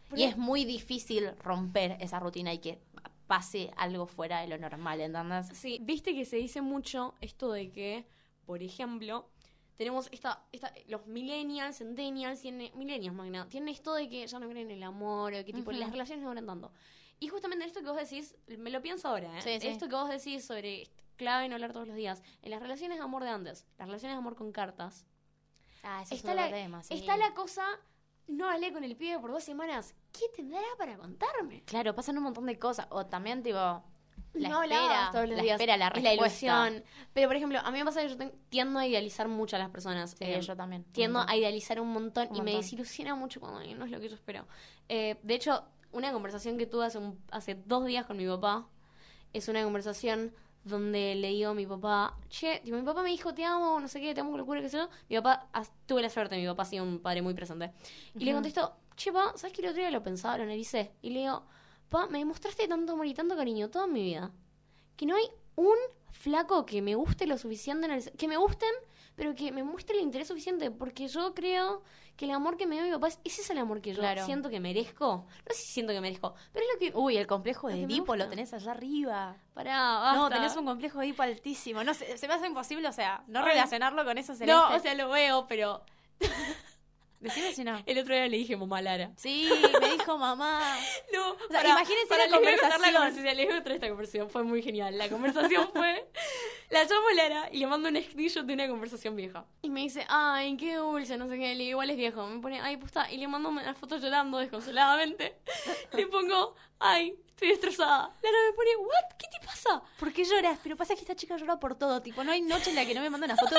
S1: Pero-
S2: Y es muy difícil romper esa rutina y que pase algo fuera de lo normal, ¿entendés?
S1: Sí, viste que se dice mucho esto de que, por ejemplo, tenemos esta, esta los millennials, centennials, tienen, millennials más que nada, tienen esto de que ya no creen en el amor, o que tipo
S2: Ujú.
S1: las relaciones no duran tanto. Y justamente esto que vos decís, me lo pienso ahora, ¿eh?
S2: Sí, sí.
S1: Esto que vos decís sobre clave en hablar todos los días, en las relaciones de amor de antes, las relaciones de amor con cartas,
S2: Ah, ese
S1: Está
S2: otro
S1: la-
S2: tema, sí.
S1: está la cosa, no hablé con el pibe por dos semanas, ¿qué tendrá para contarme?
S2: Claro, pasan un montón de cosas. O también, tipo, la
S1: no
S2: espera,
S1: hablabas todos los
S2: la
S1: días.
S2: espera, la
S1: es la
S2: respuesta.
S1: ilusión. Pero, por ejemplo, a mí me pasa que yo ten- tiendo a idealizar mucho a las personas.
S2: Sí,
S1: Eh,
S2: yo también.
S1: tiendo
S2: Un
S1: a idealizar un montón
S2: Un
S1: y me
S2: montón.
S1: desilusiona mucho cuando alguien no es lo que yo espero. Eh, de hecho, una conversación que tuve hace, un- hace dos días con mi papá es una conversación donde le digo a mi papá, che, tipo, mi papá me dijo, te amo, no sé qué, te amo con locura, qué sé yo. Mi papá, as- tuve la suerte, mi papá ha sido un padre muy presente. Y le
S2: Ujú.
S1: contesto, che, pa, ¿sabes que el otro día lo pensaba, lo analicé? Y le digo, pa, me demostraste tanto amor y tanto cariño toda mi vida, que no hay un flaco que me guste lo suficiente, en el- que me gusten, pero que me muestre el interés suficiente, porque yo creo que el amor que me dio mi papá, es- ese es el amor que yo
S2: Claro.
S1: siento que merezco. No sé si siento que merezco, pero es lo que...
S2: montón. Uy, el complejo
S1: Lo
S2: de
S1: que me
S2: Edipo lo
S1: gusta.
S2: tenés allá arriba.
S1: Pará,
S2: No,
S1: basta.
S2: tenés un complejo de Edipo altísimo. No, se, se me hace imposible, o sea, no
S1: Ay.
S2: relacionarlo con eso celeste.
S1: No, o sea, lo veo, pero
S2: Decime si no.
S1: el otro día le dije mamá Lara.
S2: Sí, me dijo mamá.
S1: No,
S2: sea,
S1: pará,
S2: imagínense
S1: pará,
S2: la
S1: les voy a contar
S2: conversación.
S1: La conversación. Les voy a contar esta conversación, fue muy genial. La conversación fue... La llamo Lara y le mando un screenshot de una conversación vieja. Y me dice, ay, qué dulce, no sé qué. Le digo, igual es viejo. Me pone, ay, puta. Y le mando una foto llorando desconsoladamente. le pongo, ay, estoy destrozada. Lara me pone, what? ¿Qué te pasa?
S2: ¿Por qué lloras? Pero pasa que esta chica llora por todo. Tipo, no hay noche en la que no me manda una foto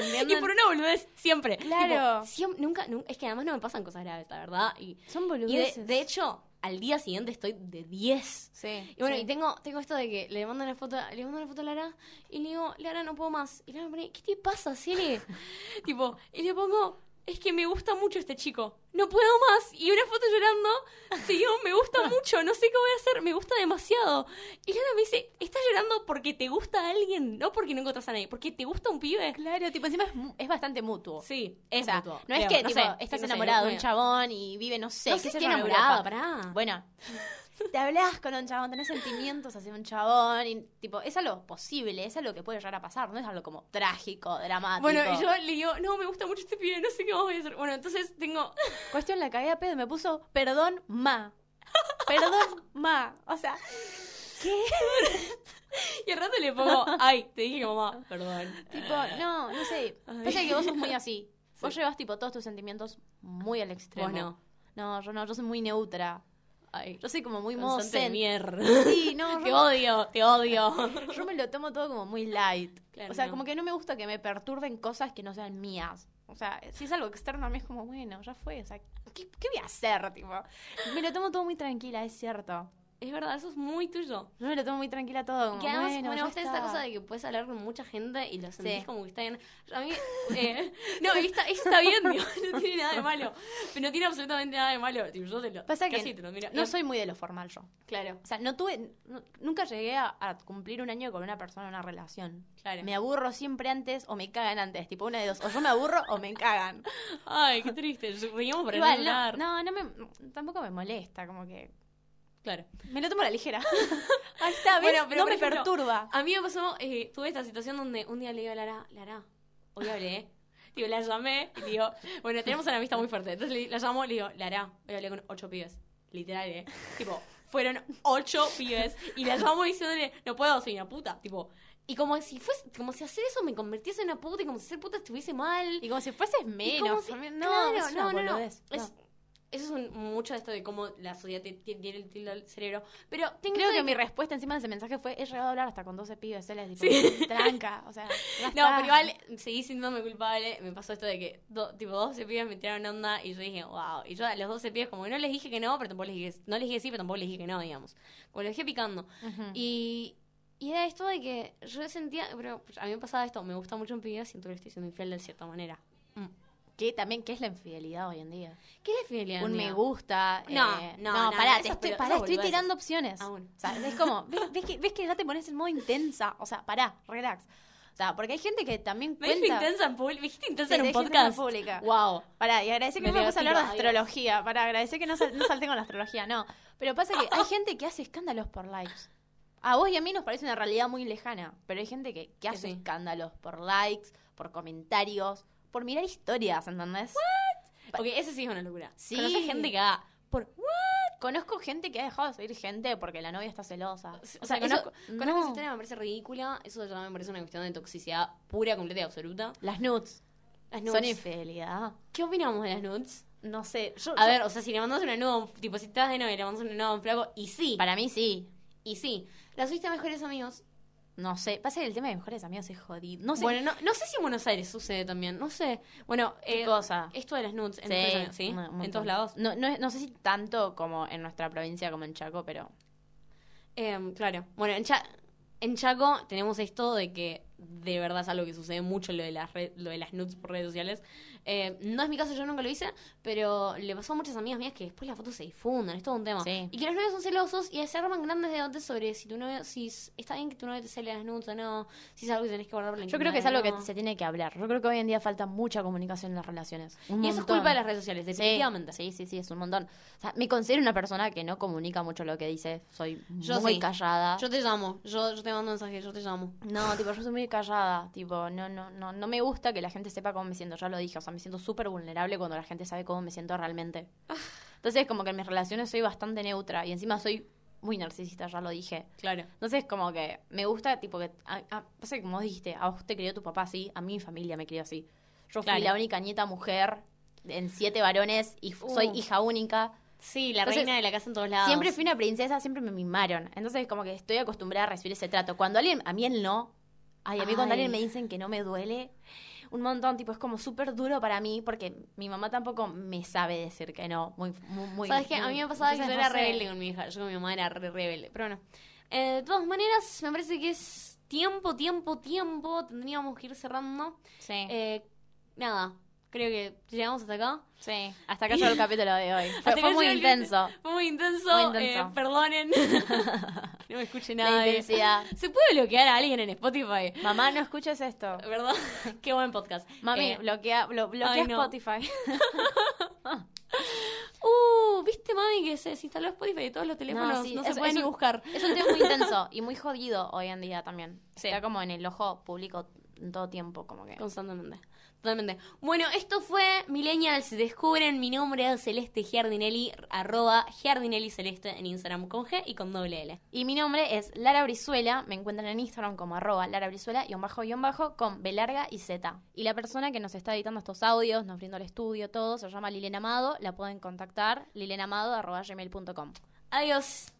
S1: Y
S2: ¿entienden?
S1: por una boludez, siempre.
S2: Claro.
S1: Tipo, siem- nunca, nunca, es que además no me pasan cosas graves, la verdad. Y,
S2: Son
S1: y de, de hecho, al día siguiente estoy de 10.
S2: sí.
S1: Y bueno,
S2: sí.
S1: y tengo, tengo esto de que le mando una foto, le mando una foto a Lara y le digo, Lara, no puedo más. Y Lara me pone, ¿qué te pasa, Cele? tipo, y le pongo, es que me gusta mucho este chico, no puedo más. Y una foto llorando, seguido, me gusta mucho, no sé qué voy a hacer, me gusta demasiado. Y Lara me dice, estás llorando porque te gusta a alguien, no porque no encontrás a nadie, porque te gusta un pibe.
S2: Claro, tipo, encima es, mu- es bastante mutuo.
S1: Sí,
S2: O sea,
S1: mutuo,
S2: no es
S1: creo.
S2: que
S1: No
S2: tipo,
S1: sé,
S2: estás
S1: no sé,
S2: enamorado
S1: no-
S2: de un chabón y vive, no sé,
S1: No
S2: qué
S1: sé
S2: sé
S1: qué
S2: yo, en
S1: enamorada,
S2: Europa.
S1: pará.
S2: Bueno, te hablas con un chabón, tenés sentimientos hacia un chabón y tipo, es algo posible, es algo que puede llegar a pasar, no es algo como trágico, dramático.
S1: Bueno, y yo le digo, no, me gusta mucho este pibe, no sé qué más voy a hacer. Bueno, entonces tengo
S2: Cuestión la cagué a pedo, me puso, perdón, ma. Perdón, ma. O sea,
S1: Y al rato le pongo, ay, te dije que mamá, perdón.
S2: tipo, no, no sé.
S1: Ay.
S2: Pasa que vos sos muy así. Vos llevas tipo todos tus sentimientos muy al extremo.
S1: Vos no.
S2: No, yo no, yo soy muy neutra.
S1: Ay,
S2: Yo soy como muy modo
S1: constante
S2: zen.
S1: mierda.
S2: Sí, no,
S1: Te
S2: yo,
S1: odio, te odio.
S2: yo me lo tomo todo como muy light.
S1: Claro,
S2: o sea,
S1: no.
S2: como que no me gusta que me perturben cosas que no sean mías. O sea, si es algo externo a mí es como, bueno, ya fue. O sea, ¿qué, qué voy a hacer? Tipo, me lo tomo todo muy tranquila, es cierto.
S1: Es verdad, eso es muy tuyo.
S2: Yo me lo tomo muy tranquila todo. Como,
S1: Que además,
S2: bueno,
S1: bueno,
S2: ya
S1: vos tenés esta
S2: está.
S1: cosa de que puedes hablar con mucha gente y lo sentís
S2: Sí.
S1: como que está bien. Yo A mí, eh, no, está, está bien, digo, no tiene nada de malo. Pero no tiene absolutamente nada de malo. Tipo, yo te lo,
S2: Pasa que
S1: casi te lo miro.
S2: No soy muy de lo formal yo.
S1: Claro,
S2: O sea, no tuve, nu- nunca llegué a, a cumplir un año con una persona en una relación.
S1: claro.
S2: Me aburro siempre antes o me cagan antes. Tipo, una de dos. O yo me aburro o me cagan.
S1: Ay, qué triste. Reíamos para
S2: Igual,
S1: no
S2: no,
S1: hablar.
S2: no, no me, no, tampoco me molesta, como que
S1: Claro.
S2: me lo tomo a la ligera. Ahí está, ¿ves?
S1: Bueno, pero
S2: no
S1: por
S2: me
S1: ejemplo,
S2: perturba.
S1: A mí me pasó, eh, tuve esta situación donde un día le digo a Lara, Lara, hoy hablé, ¿eh? Digo, la llamé y digo, bueno, tenemos una amistad muy fuerte. Entonces le- la llamo y le digo, Lara, hoy hablé con ocho pibes. Literal, ¿eh? Tipo, fueron ocho pibes. Y la llamo diciéndole, no puedo, soy una puta. Tipo, y como si fuese, como si hacer eso me convirtiese en una puta y como si ser puta estuviese mal.
S2: Y como si fueses menos.
S1: como si-
S2: también, no,
S1: claro,
S2: es una
S1: no, no, no.
S2: boludez,
S1: Es- Eso es un- mucho de esto de cómo la sociedad te- te- tiene el tildo al cerebro. Pero tengo
S2: Creo
S1: esto de
S2: que mi respuesta encima de ese mensaje fue, he llegado a hablar hasta con 12 pibes, él es tipo,
S1: Sí.
S2: tranca, o sea, ya
S1: No,
S2: está.
S1: pero igual seguí sintiéndome culpable. Me pasó esto de que do- tipo 12 pibes me tiraron onda y yo dije, wow. Y yo a los 12 pibes como que no les dije que no, pero tampoco les dije, no les dije sí, pero tampoco les dije que no, digamos. Como lo dejé picando.
S2: Ujú.
S1: Y, y era esto de que yo sentía, pero a mí me pasaba esto, me gusta mucho un pibe, siento que le estoy siendo infiel de cierta manera. Mm.
S2: Que también, ¿qué es la infidelidad hoy en día?
S1: ¿Qué es la infidelidad?
S2: Un
S1: amiga?
S2: me gusta.
S1: No,
S2: eh,
S1: no, no,
S2: pará,
S1: esas
S2: te estoy,
S1: pelo-
S2: pará,
S1: esas
S2: estoy
S1: boludeces.
S2: tirando opciones.
S1: Ah, bueno.
S2: O sea, es como, ¿ves, ves que, ves que ya te pones en modo intensa. O sea, pará, relax. O sea, porque hay gente que también
S1: Me dije
S2: cuenta.
S1: intensa en público, me dijiste intensa
S2: Sí,
S1: en
S2: te
S1: un
S2: dije intensa en
S1: podcast.
S2: pública.
S1: Wow.
S2: Pará, y agradecer que
S1: Me
S2: no me puse a hablar de
S1: levantó, adiós.
S2: astrología. Pará, agradecer que no, sal- no salté con la astrología, no. Pero pasa que hay gente que hace escándalos por likes. A vos y a mí nos parece una realidad muy lejana, pero hay gente que, que hace
S1: sí.
S2: escándalos por likes, por comentarios, por mirar historias, ¿entendés?
S1: Ok, esa sí es una locura.
S2: Sí.
S1: Conoces gente que haga por
S2: Conozco gente que ha dejado de seguir gente porque la novia está celosa.
S1: O sea, conozco,
S2: eso-
S1: conozco
S2: no.
S1: esa historia, me parece ridícula. Eso ya me parece una cuestión de toxicidad pura, completa y absoluta.
S2: Las nudes.
S1: Las
S2: Son
S1: nudes.
S2: infidelidad.
S1: ¿Qué opinamos de las nudes?
S2: No sé. Yo,
S1: A ver, o sea, si le mandas una nude, a un- tipo, si estás de novia, le mandas una nude a un flaco, y sí,
S2: para mí sí.
S1: y sí. La subiste a mejores amigos.
S2: No sé. Pasa que el tema de mejores amigos es jodido. No sé
S1: Bueno, no, no sé si en Buenos Aires sucede también, no sé. Bueno,
S2: qué
S1: eh,
S2: cosa.
S1: esto de las nudes en,
S2: Sí,
S1: Mejores Amigos, ¿sí?
S2: un- un
S1: en
S2: montón.
S1: todos lados.
S2: No, no, es- no sé si tanto como en nuestra provincia como en Chaco, pero.
S1: Em, claro. Bueno, en, Cha- en Chaco tenemos esto de que de verdad es algo que sucede mucho lo de las, red- lo de las nudes por redes sociales. Eh, no es mi caso, yo nunca lo hice, pero le pasó a muchas amigas mías que después las fotos se difunden, es todo un tema.
S2: Sí.
S1: Y que los novios son celosos y se arman grandes debates sobre si tu novio, si s- está bien que tu novio te sale las nudes o no, si es algo que tenés que guardar por la
S2: Yo creo que es algo que
S1: intimidad o no.
S2: se tiene que hablar. Yo creo que hoy en día falta mucha comunicación en las relaciones. Un
S1: Y eso es
S2: montón.
S1: culpa de las redes sociales,
S2: Sí,
S1: definitivamente.
S2: Sí, sí, sí, es un montón. O sea, me considero una persona que no comunica mucho lo que dice. Soy
S1: Yo
S2: muy
S1: sí.
S2: callada.
S1: Yo te llamo, yo, yo te mando mensaje, yo te llamo.
S2: No, tipo, yo soy muy callada, tipo, no, no, no, no me gusta que la gente sepa cómo me siento, ya lo dije, o sea, me siento súper vulnerable cuando la gente sabe cómo me siento realmente. Entonces, como que en mis relaciones soy bastante neutra y encima soy muy narcisista, ya lo dije.
S1: Claro.
S2: Entonces, como que me gusta, tipo, que, a, a- pasa que como vos dijiste, a vos te crió tu papá así, a mí mi familia me crió así. Yo fui
S1: Claro.
S2: la única nieta mujer en siete varones y f- soy
S1: Uh.
S2: hija única.
S1: Sí, la
S2: Entonces,
S1: reina de la casa en todos lados.
S2: Siempre fui una princesa, siempre me mimaron. Entonces, como que estoy acostumbrada a recibir ese trato. Cuando alguien, a mí el no, ay, a mí cuando
S1: Ay.
S2: alguien me dicen que no me duele, un montón, tipo, es como súper duro para mí, porque mi mamá tampoco me sabe decir que no. Muy, muy, muy-
S1: ¿Sabes qué? A
S2: muy-
S1: mí me pasaba que yo
S2: entonces,
S1: era
S2: no sé.
S1: rebelde con mi hija. Yo con mi mamá era re rebelde. Pero bueno. Eh, de todas maneras, me parece que es tiempo, tiempo, tiempo. Tendríamos que ir cerrando.
S2: Sí,
S1: Eh, nada. Creo que llegamos hasta acá.
S2: sí. Hasta acá llegó el capítulo de hoy. Fue,
S1: Eh. Hasta
S2: fue
S1: acá
S2: muy
S1: llegó el
S2: intenso.
S1: Fue muy intenso.
S2: Muy intenso.
S1: eh, perdonen. no me escuche
S2: La
S1: nada. de-
S2: intensidad.
S1: Se puede bloquear a alguien en Spotify.
S2: Mamá, no escuches esto.
S1: ¿Verdad? Qué buen podcast.
S2: Mami,
S1: Eh,
S2: bloquea, blo- bloquea
S1: ay, no.
S2: Spotify.
S1: uh, ¿viste, mami, que se desinstaló Spotify de todos los teléfonos? No,
S2: sí,
S1: se
S2: es-
S1: puede
S2: es
S1: ni
S2: un-
S1: buscar.
S2: Es un tema muy intenso y muy jodido hoy en día también.
S1: Sí.
S2: Está como en el ojo público en todo tiempo, como que.
S1: Constantemente. Totalmente. Bueno, esto fue Millennials Descubren. Mi nombre es Celeste Giardinelli, arroba Giardinelli Celeste en Instagram con G y con doble L.
S2: Y mi nombre es Lara Brizuela, me encuentran en Instagram como arroba Lara Brizuela, guión bajo, guión bajo, con B larga y Z. Y la persona que nos está editando estos audios, nos brinda el estudio, todo, se llama Lilena Amado, la pueden contactar, lilenamado arroba gmail punto com.
S1: Adiós.